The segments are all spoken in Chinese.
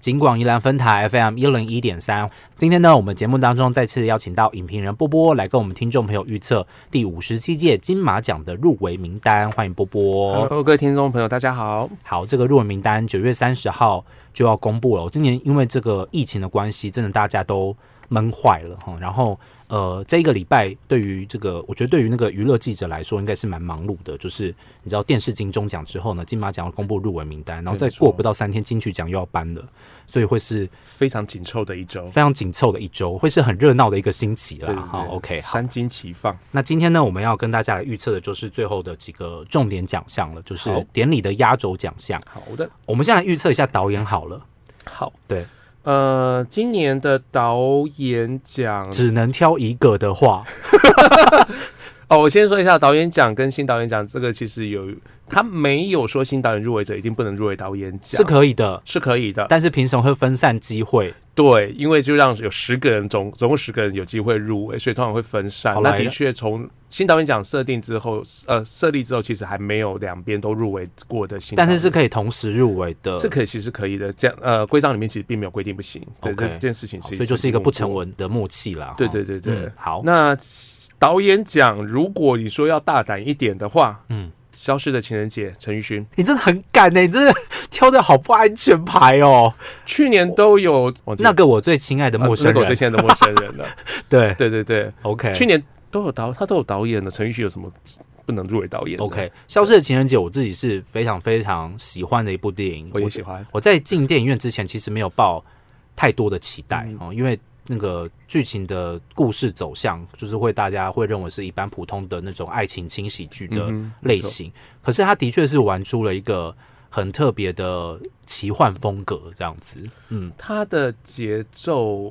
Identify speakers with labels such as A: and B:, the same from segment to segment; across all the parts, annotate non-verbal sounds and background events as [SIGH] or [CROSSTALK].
A: 金广宜兰分台 FM 一零一点三。今天呢，我们节目当中再次邀请到影评人波波来跟我们听众朋友预测第五十七届金马奖的入围名单。欢迎波波。
B: Hello，各位听众朋友，大家好。
A: 好，这个入围名单九月三十号就要公布了。我今年因为这个疫情的关系，真的大家都闷坏了哈。然后呃，这一个礼拜对于这个，我觉得对于那个娱乐记者来说，应该是蛮忙碌的。就是你知道电视金钟奖之后呢，金马奖要公布入围名单，然后再
B: 没错
A: 过不到三天，金曲奖又要颁了，所以会是
B: 非常紧凑的一周，
A: 非常紧凑的一周，会是很热闹的一个星期啦。哈，OK，好。
B: 三金齐放，
A: 那今天呢，我们要跟大家来预测的就是最后的几个重点奖项了，就是
B: 好
A: 典礼的压轴奖项。
B: 好的，
A: 我们先来预测一下导演好了，
B: 嗯好，
A: 对，
B: 呃，今年的导演奖
A: 只能挑一个的
B: [LAUGHS]
A: 话，
B: 哦，我先说一下导演奖跟新导演奖，这个其实有，他没有说新导演入围者一定不能入围导演奖，
A: 是可以的，
B: 是可以的，
A: 但是评审会分散机会。
B: 对，因为就让有十个人总总共十个人有机会入围，所以通常会分
A: 好
B: 散。那
A: 来
B: 的确从新导演奖设定之后，呃，设立之后其实还没有两边都入围过的新导
A: 但
B: 演，
A: 是是可以同时入围的，
B: 是可以，其实可以的。这样呃，规章里面其实并没有规定不行，对
A: OK
B: 这这件事情
A: 好
B: 是，
A: 哦所以就是一个不成
B: 文。
A: 文的默契啦。
B: 对
A: 哈
B: 对对对
A: 嗯好，
B: 那导演奖，如果你说要大胆一点的话，
A: 嗯
B: 嗯，《消失的情人节》陈奕迅
A: 你真的很敢欸呢、你真的挑的好不安全牌哦。
B: 去年都有忘记
A: 那个我最亲爱的
B: 呃
A: 陌生
B: 那个我
A: 人哎
B: 最，现在的陌生
A: [LAUGHS]
B: 人了，
A: 对
B: 对对对，
A: ，OK，
B: 去年都有导，他都有导演的，陈奕迅有什么不能入围导演的
A: OK，《消失的情人节》我自己是非常非常喜欢的一部电影，
B: 我也喜欢。
A: 我在进电影院之前，其实没有抱太多的期待、
B: 嗯
A: 哦，因为那个剧情的故事走向，就是会大家会认为是一般普通的那种爱情轻喜剧的
B: 嗯哼
A: 类型。可是它的确是玩出了一个很特别的奇幻风格，这样子。嗯，
B: 他的节奏，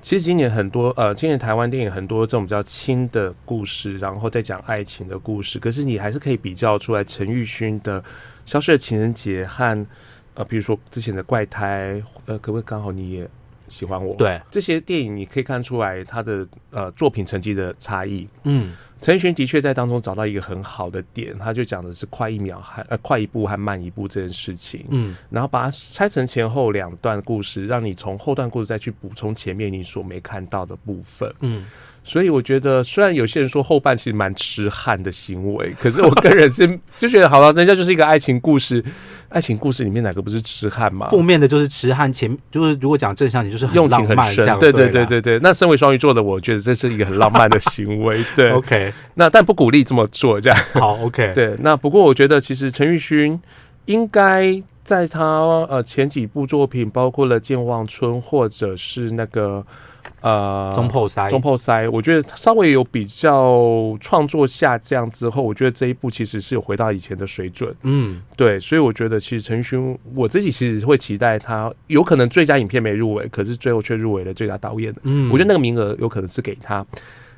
B: 其实今年很多呃，今年台湾电影很多这种比较轻的故事，然后再讲爱情的故事，可是你还是可以比较出来陈奕迅的《消失的情人节》和呃，比如说之前的《怪胎》，呃，可不可以刚好你也喜欢我？，
A: 对，
B: 这些电影你可以看出来他的呃作品成绩的差异。
A: 嗯，
B: 陈奕迅的确在当中找到一个很好的点，他就讲的是快一秒和呃快一步和慢一步这件事情。
A: 嗯，
B: 然后把它拆成前后两段故事，让你从后段故事再去补充前面你所没看到的部分。
A: 嗯，
B: 所以我觉得，虽然有些人说后半其实蛮痴汉的行为，可是我个人是 [LAUGHS] 就觉得，好了，人家就是一个爱情故事，爱情故事里面哪个不是痴汉嘛？
A: 负面的就是痴汉，前就是如果讲正向，你就是
B: 用
A: 很
B: 情
A: 浪
B: 很
A: 漫这
B: 深
A: 样，，
B: 对
A: 对
B: 对对
A: 啦。
B: 对对。那身为双鱼座的我，我觉得这是一个很浪漫的行为，
A: [LAUGHS]
B: 对。
A: OK，
B: 那但不鼓励这么做，这样。
A: 好，OK，
B: 对，那不过我觉得其实陈奕迅应该在他呃前几部作品，包括了《健忘村》或者是那个呃
A: 中破塞，
B: 中破塞，我觉得稍微有比较创作下降之后，我觉得这一部其实是有回到以前的水准。
A: 嗯，
B: 对，所以我觉得其实陈奕迅我自己其实会期待他有可能最佳影片没入围，可是最后却入围了最佳导演。
A: 嗯
B: 我觉得那个名额有可能是给他。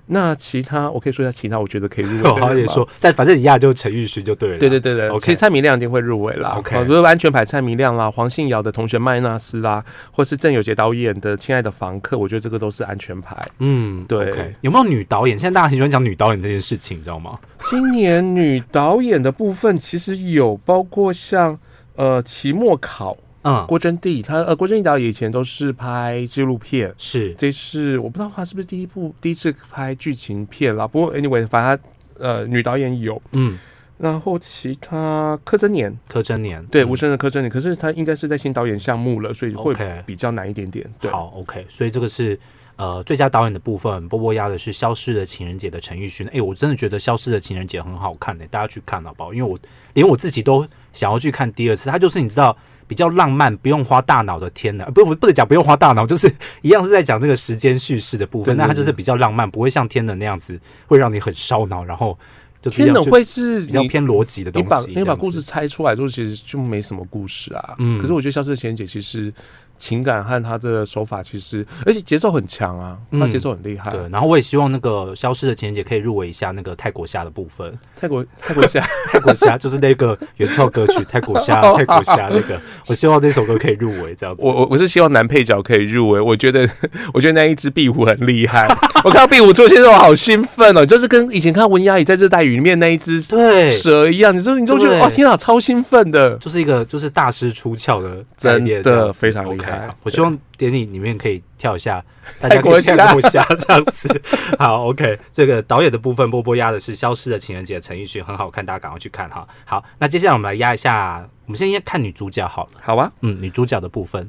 B: 那其他我可以说一下其他我觉得可
A: [LAUGHS]
B: 以入围的人
A: 我哦
B: 吗。
A: 好像也说，但反正你压就是陈奕迅就对了。啊
B: 对对对对
A: OK
B: 其实蔡明亮一定会入围啦。
A: OK
B: 啊如果安全牌蔡明亮啦，黄信尧的同学麦纳斯啦，或是郑有杰导演的《亲爱的房客》，我觉得这个都是安全牌。
A: 嗯，
B: 对
A: OK 有没有女导演？现在大家很喜欢讲女导演这件事情，你知道吗？
B: 今年女导演的部分其实有包括像呃期末考
A: 嗯，
B: 郭珍娣，她呃郭珍娣导演以前都是拍纪录片。
A: 是
B: 这是我不知道她是不是第一部第一次拍剧情片啦，不过 anyway，反正她呃女导演有，
A: 嗯，
B: 然后其他柯震年
A: 柯震年
B: 对，
A: 嗯
B: 无声的柯震宇，可是他应该是在新导演项目了，所以会
A: OK
B: 比较难一点点。对，
A: 好 OK，所以这个是呃最佳导演的部分，波波压的是《消失的情人节》的陈奕迅。哎、我真的觉得《消失的情人节》很好看的、大家去看好不好？因为我连我自己都想要去看第二次。它就是你知道比较浪漫，不用花大脑的天呐，呃不不不能讲不用花大脑，就是一样是在讲这个时间叙事的部分。
B: 对对
A: 那它
B: 对
A: 就是比较浪漫，不会像天能那样子会让你很烧脑，然后就是
B: 天
A: 要
B: 冷
A: 去
B: 会是
A: 比较
B: 你
A: 偏逻辑的东
B: 你
A: 西
B: 把
A: 这
B: 你
A: 样
B: 把
A: 子
B: 故事拆出来之后，其实就没什么故事啊。
A: 嗯
B: 可是我觉得《消失的情人节》其实情感和他的手法其实，而且节奏很强啊，他节奏很厉害。
A: 嗯对，然后我也希望那个消失的情人节可以入围一下那个泰国虾的部分。
B: 泰国泰国虾
A: 泰国虾 [LAUGHS] 就是那个原创歌曲《泰国虾》，泰国虾那
B: [LAUGHS]
A: 个，我希望那首歌可以入围，这样子。
B: [LAUGHS] 我我我是希望男配角可以入围，我觉得我觉得那一只壁虎很厉害。 [LAUGHS] 我看到壁虎出现的时候，我好兴奋哦，就是跟以前看文雅里在热带雨里面那一只
A: 对，
B: 蛇一样，你说你都觉得
A: 对
B: 哇天啊，超兴奋的。
A: 就是一个就是大师出鞘的概
B: 真
A: 念这样
B: 的
A: 子
B: 非常厉
A: OK，
B: 害
A: 好我希望典礼里面可以跳一
B: [LAUGHS]
A: 下，大
B: 泰
A: 家可
B: 国
A: 以
B: 虾
A: 跳过虾这样子。 [LAUGHS] 好，OK，这个导演的部分，波波压的是《消失的情人节》，陈奕迅很好看，大家赶快去看哈。好，那接下来我们来压一下，我们先看女主角好了。
B: 好啊，
A: 嗯，女主角的部分，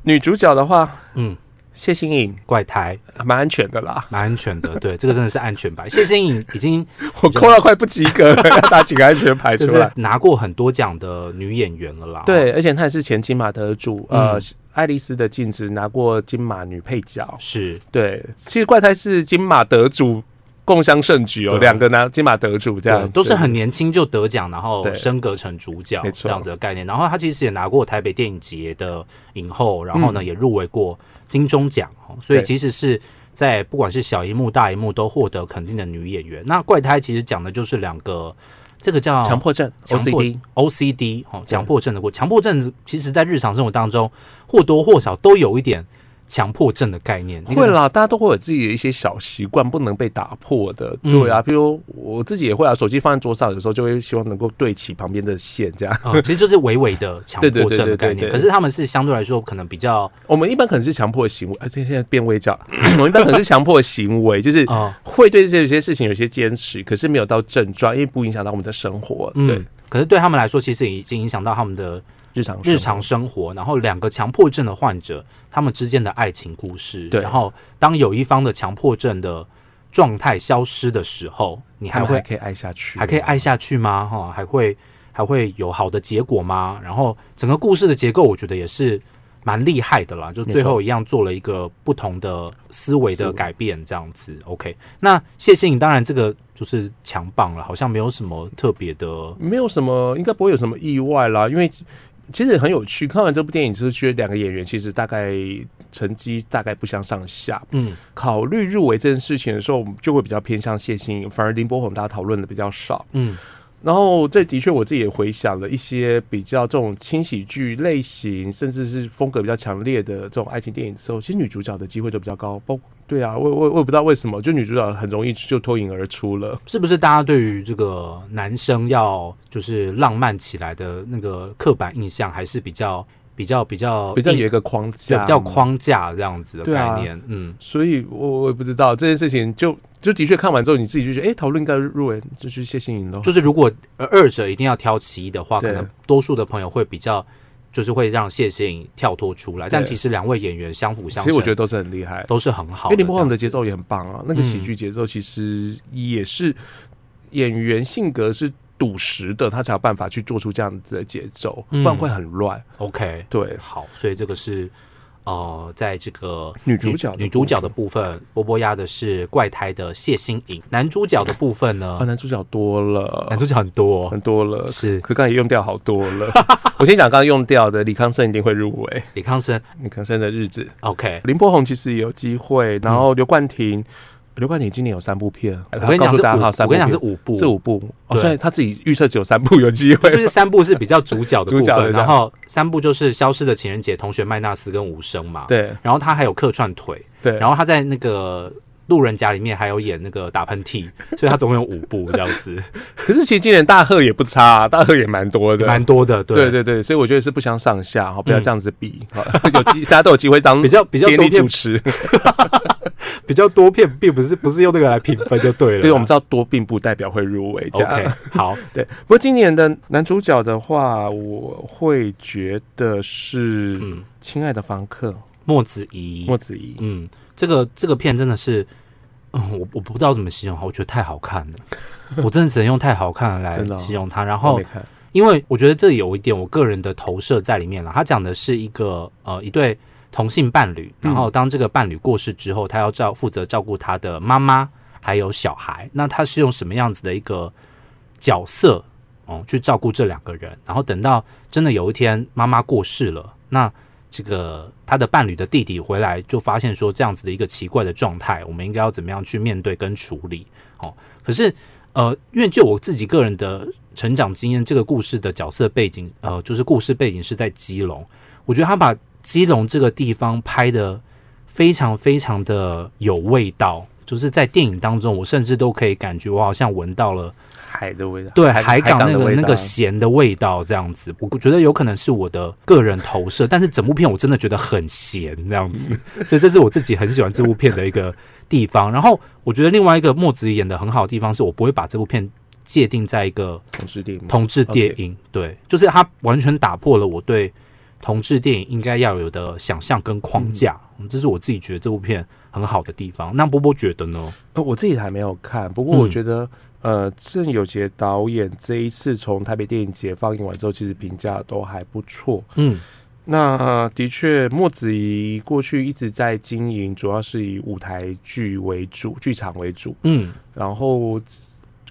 B: 女主角的话，
A: 嗯，
B: 谢欣颖
A: 怪胎
B: 蛮安全的
A: [LAUGHS]
B: 啦，
A: 蛮安全的，对，这个真的是安全牌。谢欣颖已经
B: 我扣到快不及
A: [LAUGHS]
B: 格了，要打几个安全牌
A: 就
B: 出
A: 是
B: 来。
A: 拿过很多奖的女演员了啦。，
B: 对，而且她也是前金马得主，呃
A: 嗯，
B: 爱丽丝的镜子拿过金马女配角。
A: 是
B: 对，其实怪胎是金马得主，共襄盛举哦，
A: 对
B: 两个拿金马得主这
A: 对，
B: 样，
A: 都是
B: 对
A: 很年轻就得奖，然后
B: 对
A: 升格成主角
B: 没错
A: 这样子的概念。然后他其实也拿过台北电影节的影后，然后呢、也入围过金钟奖，哦所以
B: 对
A: 其实是在不管是小荧幕、大荧幕都获得肯定的女演员。那怪胎其实讲的就是两个，这个叫
B: 强迫症哦
A: 强迫
B: OCD。
A: OCD 哦，强迫症的过强迫症，其实在日常生活当中或多或少都有一点强迫症的概念。你可
B: 会
A: 能，
B: 啦，大家都会有自己的一些小习惯，不能被打破的。
A: 嗯
B: 对啊，譬如我自己也会啊，手机放在桌上，有时候就会希望能够对齐旁边的线，这样。
A: 呃，其实就是微微的强
B: 对对
A: 迫
B: 对
A: 症的
B: 对对
A: 概
B: 对
A: 念。可是他们是相对来说可能比较
B: 我们一般可能是强迫行为，而、且现在变微教， [COUGHS] 我们一般可能是强迫行为，
A: [LAUGHS]
B: 就是
A: 呃
B: 会对这些事情有些坚持，可是没有到症状，因为不影响到我们的生活。对，
A: 嗯，可是对他们来说，其实已经影响到他们的
B: 日常生活
A: 日常生活。然后两个强迫症的患者，他们之间的爱情故事。
B: 对
A: 然后当有一方的强迫症的状态消失的时候，你
B: 他
A: 还
B: 们
A: 会
B: 还可以爱下去，
A: 还可以爱下去吗？哈、还会还会有好的结果吗？然后整个故事的结构，我觉得也是蛮厉害的啦。就最后一样做了一个不同的思维
B: 思
A: 的
B: 维
A: 改变，这样子。OK，那谢欣颖当然这个就是强棒了，好像没有什么特别的。
B: 没有什么，应该不会有什么意外啦，因为其实很有趣。看完这部电影之后，觉得两个演员其实大概成绩大概不相上下。
A: 嗯，
B: 考虑入围这件事情的时候，我们就会比较偏向谢欣颖，反而林柏宏大家讨论的比较少。
A: 嗯，
B: 然后这的确我自己也回想了一些比较这种轻喜剧类型，甚至是风格比较强烈的这种爱情电影的时候，其实女主角的机会都比较高。包对啊，我我我也不知道为什么，就女主角很容易就脱颖而出了。
A: 是不是大家对于这个男生要就是浪漫起来的那个刻板印象，还是比较比较比较
B: 比较
A: 硬
B: 有一个框
A: 对
B: 架，
A: 呃比较框架这样子的
B: 对啊
A: 概念？嗯，
B: 所以我我也不知道这件事情就，就的确看完之后，你自己就觉得，哎、讨论应该入围，就去谢欣颖喽。
A: 就是如果呃二者一定要挑其一的话，
B: 对
A: 可能多数的朋友会比较就是会让谢欣颖跳脱出来，但
B: 对
A: 其实两位演员相辅
B: 其
A: 相
B: 实
A: 成，
B: 我觉得都是很厉害，
A: 都是很
B: 因
A: 好
B: 为
A: 的这
B: 林
A: 样。嗯
B: 柏宏的节奏也很棒啊，那个喜剧节奏其实也是演员性格是笃实的，他才有办法去做出这样子的节奏，不
A: 嗯
B: 然会很乱。
A: OK，
B: 对，
A: 好，所以这个是呃，在这个
B: 女主角的
A: 女主角的部分，波波压的是怪胎的谢欣颖，男主角的部分呢，
B: 啊，男主角多了，
A: 男主角很多
B: 很，多了。
A: 是
B: 可刚才也用掉好多了， [LAUGHS] 我先讲刚刚用掉的，李康生一定会入围。
A: 李康生。
B: 李康生的日子，
A: OK，
B: 林柏宏其实也有机会，然后刘冠廷，刘冠廷今年有三部片，
A: 嗯我跟你讲
B: 呃告
A: 是
B: 诉大家哈
A: 五，
B: 三
A: 我
B: 部
A: 跟你
B: 片
A: 讲是五部，
B: 这五部，哦，
A: 对
B: 所以他自己预测只有三部有机
A: 就
B: 会，
A: 是三部是比较主角的部
B: [LAUGHS] 主角的
A: 分，
B: 这样
A: 然后三部就是消失的情人节、同学麦纳斯跟无声嘛。。
B: 对
A: 然后他还有客串腿，
B: 对，
A: 然后他在那个路人甲里面还有演那个打喷
B: [LAUGHS]
A: 嚏，所以他总共有五部这样子，
B: 可是其实今年大贺也不差啊，大贺也蛮多的，
A: 蛮多的。对嗯
B: 对对对，所以我觉得是不相上下哈，不要这样子比，好 [LAUGHS] 有机大家都有机会当
A: 比较比较
B: 典
A: 多
B: 礼主
A: 片，
B: 持，
A: 比较多片，并不是不是用那个来评分就对了啦。
B: 对，我们知道多并不代表会入围这
A: OK
B: 样。
A: 好，
B: 对，不过今年的男主角的话，我会觉得是《
A: 嗯，
B: 亲爱的房客》
A: 莫子仪，
B: 莫子仪，
A: 嗯，这个这个片真的是，嗯，我我不知道怎么形容，我觉得太好看了，
B: [LAUGHS]
A: 我真的只能用太好看来
B: 真的哦
A: 形容它。然
B: 我
A: 后
B: 没，看。
A: 因为我觉得这里有一点我个人的投射在里面了，它讲的是一个呃一对同性伴侣，
B: 嗯
A: 然后当这个伴侣过世之后，他要照负责照顾他的妈妈还有小孩，那他是用什么样子的一个角色哦、去照顾这两个人？然后等到真的有一天妈妈过世了，那这个他的伴侣的弟弟回来，就发现说这样子的一个奇怪的状态，我们应该要怎么样去面对跟处理？哦，可是呃，因为就我自己个人的成长经验，这个故事的角色背景，呃，就是故事背景是在基隆，我觉得他把基隆这个地方拍的非常非常的有味道。就是在电影当中，我甚至都可以感觉我好像闻到了
B: 海的味道，
A: 对
B: 海
A: 海港那
B: 的
A: 个
B: 味
A: 那
B: 道
A: 个咸的味道这样子，我觉得有可能是我的个人投射，但是整部片我真的觉得很咸这样子， [LAUGHS] 所以这是我自己很喜欢这部片的一个地方。然后我觉得另外一个墨子演的很好的地方是我不会把这部片界定在一个
B: 同志电影，
A: 同志电影对，就是它完全打破了我对同志电影应该要有的想象跟框架，嗯这是我自己觉得这部片很好的地方。那波波觉得呢？
B: 呃，我自己还没有看，不过我
A: 嗯
B: 觉得，呃，郑有杰导演这一次从台北电影节放映完之后，其实评价都还不错。
A: 嗯
B: 那、呃、的确，莫子仪过去一直在经营，主要是以舞台剧为主，剧场为主，
A: 嗯
B: 然后。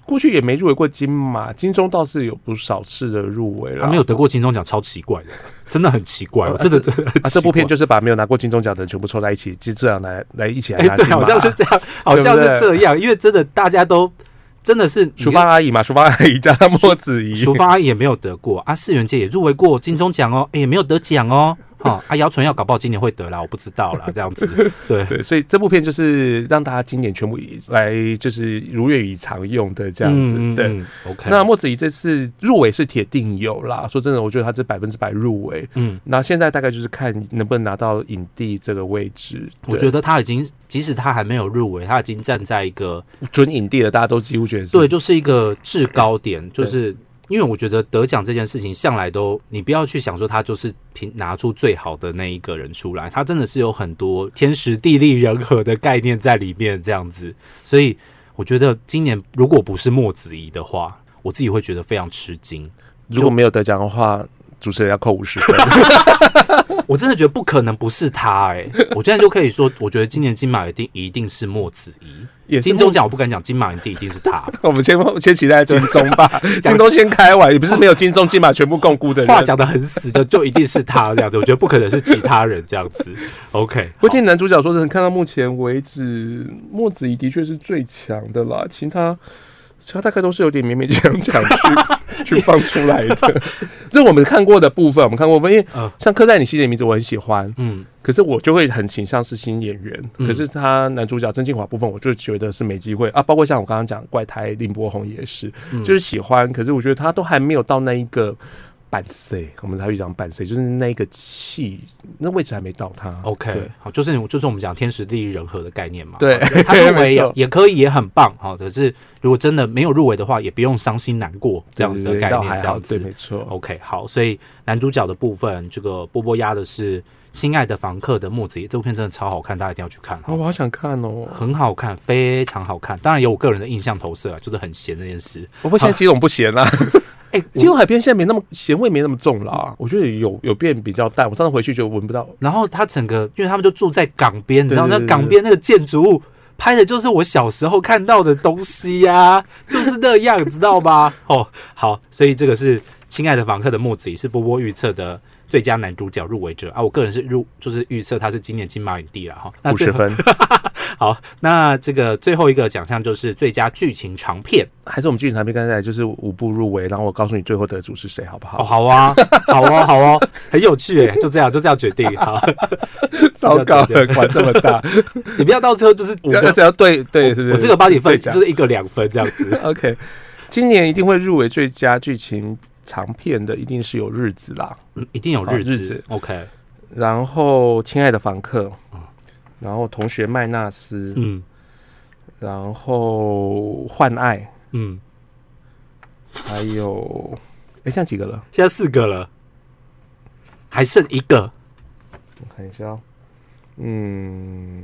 B: 过去也没入围过金马，金钟倒是有不少次的入围了。
A: 他没有得过金钟奖，超奇怪的， [LAUGHS] 真的很奇怪，我真的真的很奇怪
B: 啊啊，这部片就是把没有拿过金钟奖的人全部凑在一起，就这样来来一起来
A: [LAUGHS] 哎、
B: 拿金
A: 对，
B: 马。
A: 好像是这样， [LAUGHS] 好像是这样，因为真的大家都真的是
B: 淑芳阿姨嘛，淑芳阿姨加上莫子仪，
A: 淑芳阿姨也没有得过啊，世元姐也入围过金钟奖哦，哎、也没有得奖哦， [LAUGHS] 哈、啊，姚纯耀搞不好今年会得啦，我不知道啦，这样
B: [LAUGHS]
A: 子，对，
B: 对，所以这部片就是让大家经典全部以来就是如愿以偿用的这
A: 这
B: 样子。对，
A: 嗯，OK，
B: 那莫子仪这次入围是铁定有啦。说真的，我觉得他这百分之百入围。
A: 嗯，
B: 那现在大概就是看能不能拿到影帝这个位置。
A: 我觉
B: 得
A: 得他已经，即使他还没有入围，他已经站在一个
B: 准影帝了，大家都几乎觉得是
A: 对，就是一个制高点，就是因为我觉得得奖这件事情向来都，你不要去想说他就是凭拿出最好的那一个人出来，他真的是有很多天时地利人和的概念在里面这样子，所以我觉得今年如果不是莫子仪的话，我自己会觉得非常吃惊，
B: 如果没有得奖的话，主持人要扣五十
A: [LAUGHS]
B: 分。
A: 我真的觉得不可能不是他哎、我现在就可以说，我觉得今年金马一定一定是莫子仪，
B: 也是
A: 金钟奖我不敢讲，金马一定一定是他。
B: 我们先先期待金钟
A: [LAUGHS]
B: 吧，金钟先开完，也不是没有金钟金马全部共估的
A: 话
B: 人。
A: 讲的很死的，就一定是他这样子，我觉得不可能是其他人这样子。OK， [LAUGHS]
B: 不仅男主角说真的，看到目前为止，墨子怡的确是最强的啦，其他其他大概都是有点勉勉强强
A: [LAUGHS]
B: 去去放出来的。这是我们看过的部分，我们看过部分，因为
A: 嗯
B: 像刻在你心里的名字我很喜欢，
A: 嗯
B: 可是我就会很倾向是新演员。
A: 嗯
B: 可是他男主角曾庆华部分，我就觉得是没机会啊。包括像我刚刚讲怪胎林柏宏也是，
A: 嗯
B: 就是喜欢，可是我觉得他都还没有到那一个。板 C，我们才会讲板 C，就是那一个气，那位置还没到他。对
A: ，OK，好，就是你就是我们讲天时地利人和的概念嘛。
B: 对
A: 好他入围
B: [LAUGHS] 没
A: 也
B: 错
A: 也可以，也很棒。好，可是如果真的没有入围的话，也不用伤心难过这样子的
B: 对
A: 概
B: 倒
A: 念，
B: 还
A: 这
B: 好，
A: 样
B: 对，
A: 子
B: 没。错。
A: OK，好，所以男主角的部分，这个波波压的是《亲爱的房客》的木子怡，这部片真的超好看，大家一定要去看。
B: 哦，
A: 好
B: 我好想看哦！
A: 很好看，非常好看。当然有我个人的印象投射啊，就是很闲这件事。
B: 我不过现在基隆不咸啊 [LAUGHS] 啦，
A: 哎、
B: 基隆海边现在没那么咸啊味，没那么重啦。我觉得有有变比较淡。我上次回去就闻不到，
A: 然后他整个，因为他们就住在港边，你知道
B: 对对
A: 那
B: 对
A: 港边那个建筑物拍的就是我小时候看到的东西呀、就是那样，你知道吗？哦，好，所以这个是《亲爱的房客》的木子怡是波波预测的最佳男主角入围者啊，我个人是入就是预测他是今年金马影帝了哈。那
B: 五
A: 最
B: 十
A: 后
B: 分， [LAUGHS]
A: 好，那这个最后一个奖项就是最佳剧情长片
B: 还是我们剧情产品刚才就是五部入围，然后我告诉你最后得主是谁，好不
A: 哦，
B: 好？
A: 好啊，好啊，好啊，很有趣哎，就这样就这样决定好，
B: [LAUGHS] 糟糕
A: 对对
B: 了，管这么大，
A: 你不要到最后就是五
B: [LAUGHS] 要要
A: 个，
B: 只要对对，是不是？
A: 我这个八
B: 帮
A: 你
B: 你
A: 分就是一个两分这样子。
B: [LAUGHS] OK。今年一定会入围最佳剧情长片的，一定是有日子啦。
A: 嗯，一定有
B: 哦
A: 日子。
B: 日子
A: OK，
B: 然后，亲爱的房客，然后同学麦纳斯，
A: 嗯
B: 然后换爱，
A: 嗯，
B: 还有，哎，现在几个了？
A: 现在四个了，还剩一个。
B: 我看一下、哦，嗯，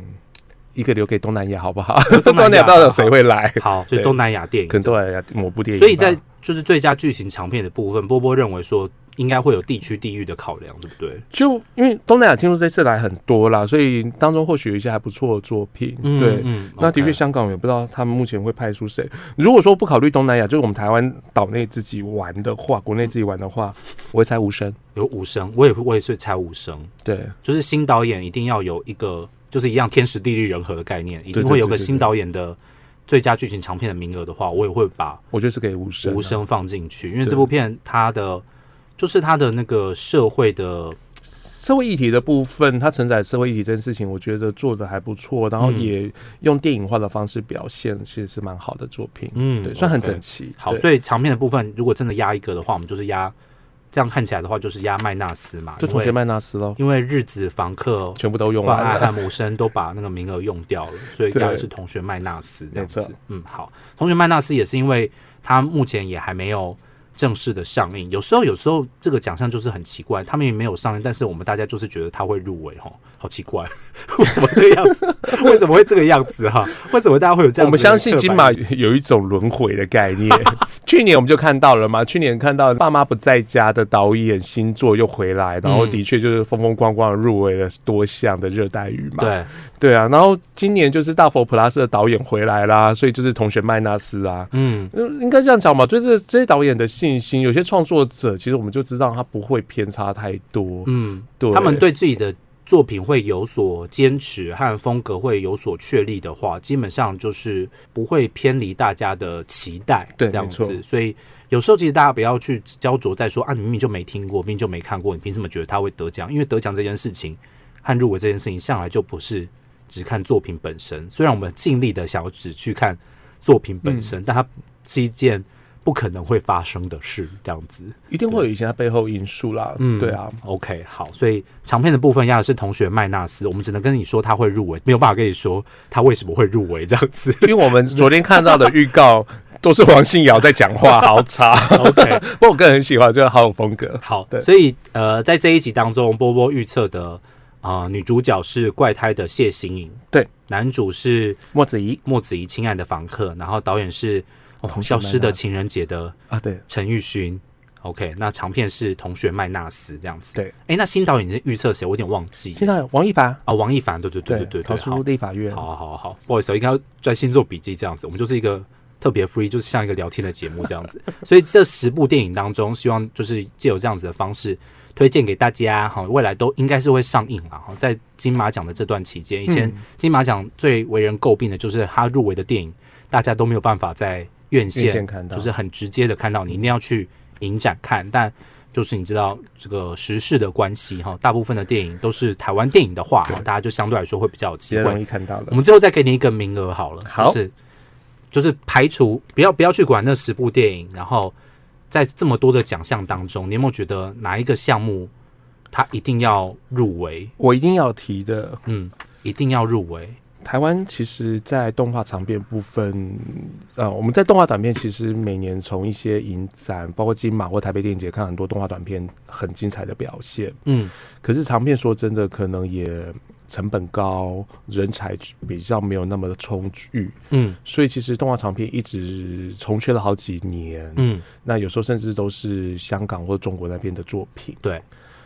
B: 一个留给东南亚好不好？
A: [LAUGHS] 东
B: 东
A: 南
B: 南
A: 亚
B: 亚不知道谁会来，
A: 好，就是
B: 对
A: 东南亚电
B: 可能
A: 影。
B: 东南亚某部电影吧。
A: 所以在就是最佳剧情长片的部分，波波认为说，应该会有地区地域的考量，对不对？
B: 就因为东南亚听说这次来很多啦，所以当中或许有一些还不错的作品。
A: 嗯
B: 对，
A: 嗯，
B: 那的确
A: OK
B: 香港也不知道他们目前会派出谁。如果说不考虑东南亚，就是我们台湾岛内自己玩的话，国内自己玩的话，我会猜无声。
A: 有五声，我也我也是猜五声，
B: 对，
A: 就是新导演一定要有一个，就是一样天时地利人和的概念，一定会有个新导演的最佳剧情长片的名额的话，我也会把
B: 我觉得是给无声啊、
A: 无声放进去，因为
B: 对
A: 这部片它的就是它的那个社会的，
B: 社会议题的部分，它承载社会议题这件事情，我觉得做的还不错，然后
A: 嗯
B: 也用电影化的方式表现，其实是蛮好的作品。
A: 嗯，
B: 对，算很
A: OK
B: 整齐。
A: 好，
B: 对
A: 所以长片的部分，如果真的压一个的话，我们就是压，这样看起来的话就是压麦纳斯嘛，
B: 就
A: 因
B: 同学
A: 为
B: 麦纳斯喽，
A: 因为日子房客。
B: 全部都用
A: 换
B: 完
A: 爱和
B: 了。
A: 母生都把那个名额用掉了，所以
B: 对
A: 该是同学麦纳斯这样
B: 没
A: 子
B: 错。
A: 嗯，好，同学麦纳斯也是因为他目前也还没有正式的上映，有时候有时候这个奖项就是很奇怪，他们也没有上映，但是我们大家就是觉得他会入围哦，好奇怪， [LAUGHS] 为什么这个样子？为什么会这个样子哈、为什么大家会有这样子的刻板印象？
B: 我们相信金马有一种轮回的概
A: [LAUGHS]
B: 念。去年我们就看到了嘛，去年看到爸妈不在家的导演新作又回来，然后
A: 嗯
B: 的确就是风风光光地入围了多项的热带雨嘛。
A: 对，
B: 对啊，然后今年就是大佛普拉斯的导演回来啦，所以就是同学麦纳斯啊。
A: 嗯
B: 嗯，应该这样讲吧，对这这些导演的信心，有些创作者其实我们就知道他不会偏差太多，
A: 嗯，
B: 对
A: 他们对自己的作品会有所坚持和风格会有所确立的话，基本上就是不会偏离大家的期待，
B: 对
A: 这样
B: 没
A: 子。
B: 错
A: 所以有时候其实大家不要去焦灼在说啊，你明明就没听过，明明就没看过，你凭什么觉得他会得奖？因为得奖这件事情和入围这件事情向来就不是只看作品本身，虽然我们尽力的想要只去看作品本身，但它是一件。不可能会发生的事，这样子。
B: 一定会有一些他背后因素啦。
A: 嗯
B: 对啊，
A: OK，好，所以长片的部分压的是同学麦纳斯，我们只能跟你说他会入围，没有办法跟你说他为什么会入围这样
B: [LAUGHS]
A: 子。
B: 因为我们昨天看到的预告都是王信尧在讲话，
A: [LAUGHS]
B: 好差。
A: OK，
B: 不过我个人很喜欢，就是好有风格。
A: 好，
B: 对
A: 所以呃，在这一集当中，波波预测的啊、呃女主角是怪胎的谢欣颖，
B: 对，
A: 男主是
B: 莫子仪
A: 莫子仪《亲爱的房客》，然后导演是哦《
B: 同学
A: 消
B: 麦
A: 失的
B: 纳
A: 情人节》的
B: 啊，对，
A: 陈玉勋。OK，那长片是同学麦纳斯这样子。
B: 对，
A: 哎，那新导演是预测谁？我有点忘记
B: 现在王一凡，
A: 啊，王一凡，对对对对对对，
B: 逃
A: 好
B: 出立法院，
A: 好好好，不好意思，我应该要专心做笔记这样子。我们就是一个特别 free，就是像一个聊天的节目这样
B: [LAUGHS]
A: 子。所以这十部电影当中，希望就是借由这样子的方式推荐给大家哈，未来都应该是会上映啦哈。在金马奖的这段期间，以前
B: 嗯
A: 金马奖最为人诟病的就是他入围的电影，大家都没有办法在院
B: 院
A: 线
B: 线看到
A: 就是很直接的看到，你一定要去影展看，但。就是你知道这个时事的关系哈，大部分的电影都是台湾电影的话，哈大家就相对来说会比较有
B: 比
A: 机
B: 较
A: 会
B: 容易看到
A: 我
B: 了。
A: 们最后再给你一个名额好了，
B: 好
A: 就是就是排除不要不要去管那十部电影，然后在这么多的奖项当中，你有没有觉得哪一个项目它一定要入围？
B: 我一定要提的，
A: 嗯，一定要入围。
B: 台湾其实，在动画长片部分，呃，我们在动画短片其实每年从一些影展，包括金马或台北电影节，看很多动画短片很精彩的表现。
A: 嗯
B: 可是长片说真的，可能也成本高，人才比较没有那么的充裕，
A: 嗯
B: 所以其实动画长片一直重缺了好几年。
A: 嗯，
B: 那有时候甚至都是香港或中国那边的作品。
A: 对，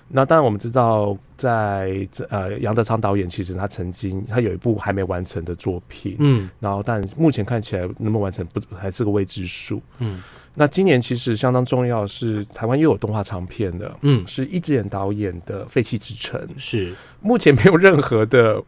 B: 那当然我们知道在，呃杨德昌导演其实他曾经他有一部还没完成的作品，
A: 嗯
B: 然后但目前看起来能不能完成不还是个未知数。
A: 嗯
B: 那今年其实相当重要的是台湾又有动画长片的，
A: 嗯，
B: 是一只眼导演的《废弃之城》，
A: 是
B: 目前没有任何的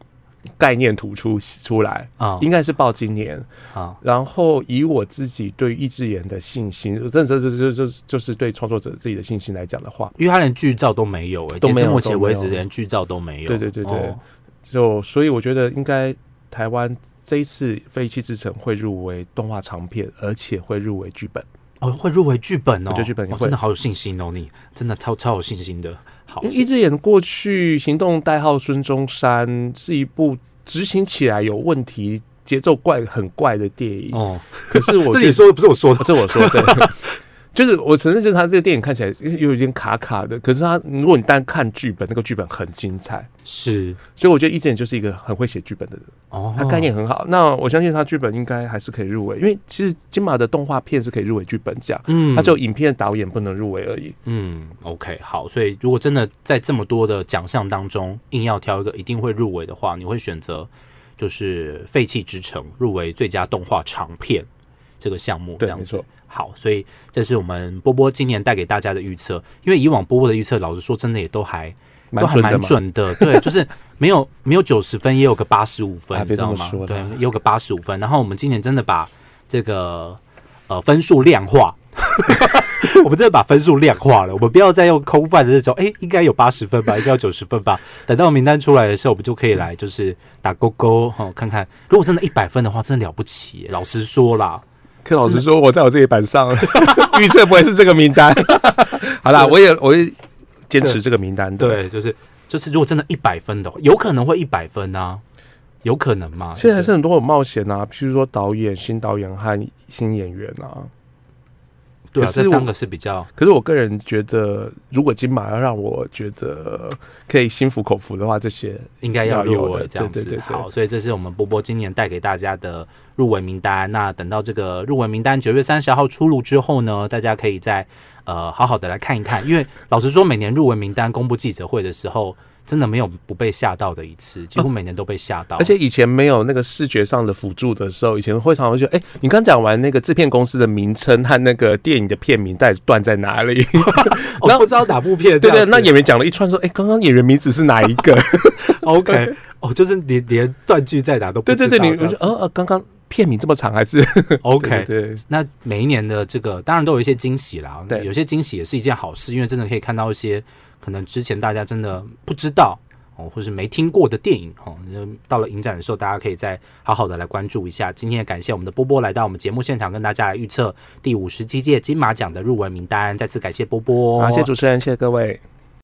B: 概念图出出来，
A: 啊
B: 应该是报今年。
A: 啊
B: 然后以我自己对易智言的信心，这这这这这就是对创作者自己的信心来讲的话，
A: 因为他连剧照都没有哎、
B: 都
A: 截
B: 没有
A: 至目前为
B: 都
A: 止
B: 没有
A: 连剧照都没有。
B: 对对对对
A: 哦
B: 就所以我觉得应该台湾这一次《废弃之城》会入围动画长片，而且会入围剧本。
A: 哦，会入围剧本哦，
B: 我觉得剧本也
A: 哇
B: 会
A: 真的好有信心哦，你真的超超有信心的。好
B: 因，为易智言过去《行动代号孙中山》是一部执行起来有问题、节奏怪很怪的电影，
A: 哦，
B: 可是
A: [LAUGHS]
B: 我
A: 这你
B: 觉得哦
A: 说的不是我说的，
B: 这我说对， [LAUGHS] 就是我承认，就是他这个电影看起来有一点卡卡的，可是他如果你单看剧本，那个剧本很精彩，
A: 是
B: 所以我觉得易智言就是一个很会写剧本的
A: 哦，
B: 它概念很好。那我相信它剧本应该还是可以入围，因为其实金马的动画片是可以入围剧本奖，
A: 嗯，
B: 它只有影片导演不能入围而已。
A: 嗯，OK，好，所以如果真的在这么多的奖项当中，硬要挑一个一定会入围的话，你会选择就是《废弃之城》入围最佳动画长片这个项目，这
B: 对，
A: 样
B: 没
A: 子。
B: 错。
A: 好，所以这是我们波波今年带给大家的预测，因为以往波波的预测，老实说，真的也都还都
B: 蛮
A: 还
B: 准的
A: 蛮
B: 嘛，
A: 准的，对， [LAUGHS] 就是没有没有九十分，也有个八十五分，
B: 啊
A: 你知道
B: 别这
A: 吗
B: 么？说
A: 对
B: 啦，
A: 也有个八十五分。然后我们今年真的把这个呃分数量化， [LAUGHS] 我们真的把分数量化了，我们不要再用空泛的那种，哎、应该有八十分吧，应该有九十分吧。等到名单出来的时候，我们就可以来就是打勾勾哦，看看如果真的一百分的话，真的了不起耶。老实说啦，
B: 柯老师说我在我这一版上 [LAUGHS] 预测不会是这个名单。 [LAUGHS] 好啦，
A: 对
B: 我也我会坚持这个名单的。
A: 对，就是就是，如果真的一百分的话，有可能会一百分啊，有可能嘛？
B: 现在
A: 对不对
B: 还是很多很冒险啊，譬如说导演、新导演和新演员啊。
A: 对啊，
B: 可是
A: 这三
B: 我
A: 个是比较。
B: 可是我个人觉得，如果金马要让我觉得可以心服口服的话，这些
A: 应该要入围这样子。
B: 对对对对
A: 好，所以这是我们波波今年带给大家的入围名单。那等到这个入围名单九月三十号出炉之后呢，大家可以再呃好好的来看一看，因为老实说，每年入围名单公布记者会的时候。真的没有不被吓到的一次，几乎每年都被吓到、
B: 而且以前没有那个视觉上的辅助的时候，以前会常常会觉得，哎、你刚讲完那个制片公司的名称和那个电影的片名到底断在哪里？
A: [LAUGHS] 我、
B: 那
A: 哦不知道哪部片这
B: 对
A: 样
B: 对，
A: 子。
B: 那演员讲了一串，说，哎、刚刚演员名字是哪一个？
A: [LAUGHS] OK [LAUGHS] 哦，就是连连断句在哪都不
B: 对
A: 知道这
B: 对对，
A: 样
B: 你
A: 子。
B: 我就呃呃，刚刚片名这么长还是
A: OK
B: [LAUGHS] 对对对
A: 那每一年的这个当然都有一些惊喜啦，
B: 对
A: 有些惊喜也是一件好事，因为真的可以看到一些可能之前大家真的不知道哦，或是没听过的电影哦。那到了影展的时候，大家可以再好好的来关注一下。今天也感谢我们的波波来到我们节目现场，跟大家来预测第五十七届金马奖的入围名单。再次感谢波波，
B: 好，谢谢主持人，谢谢各位。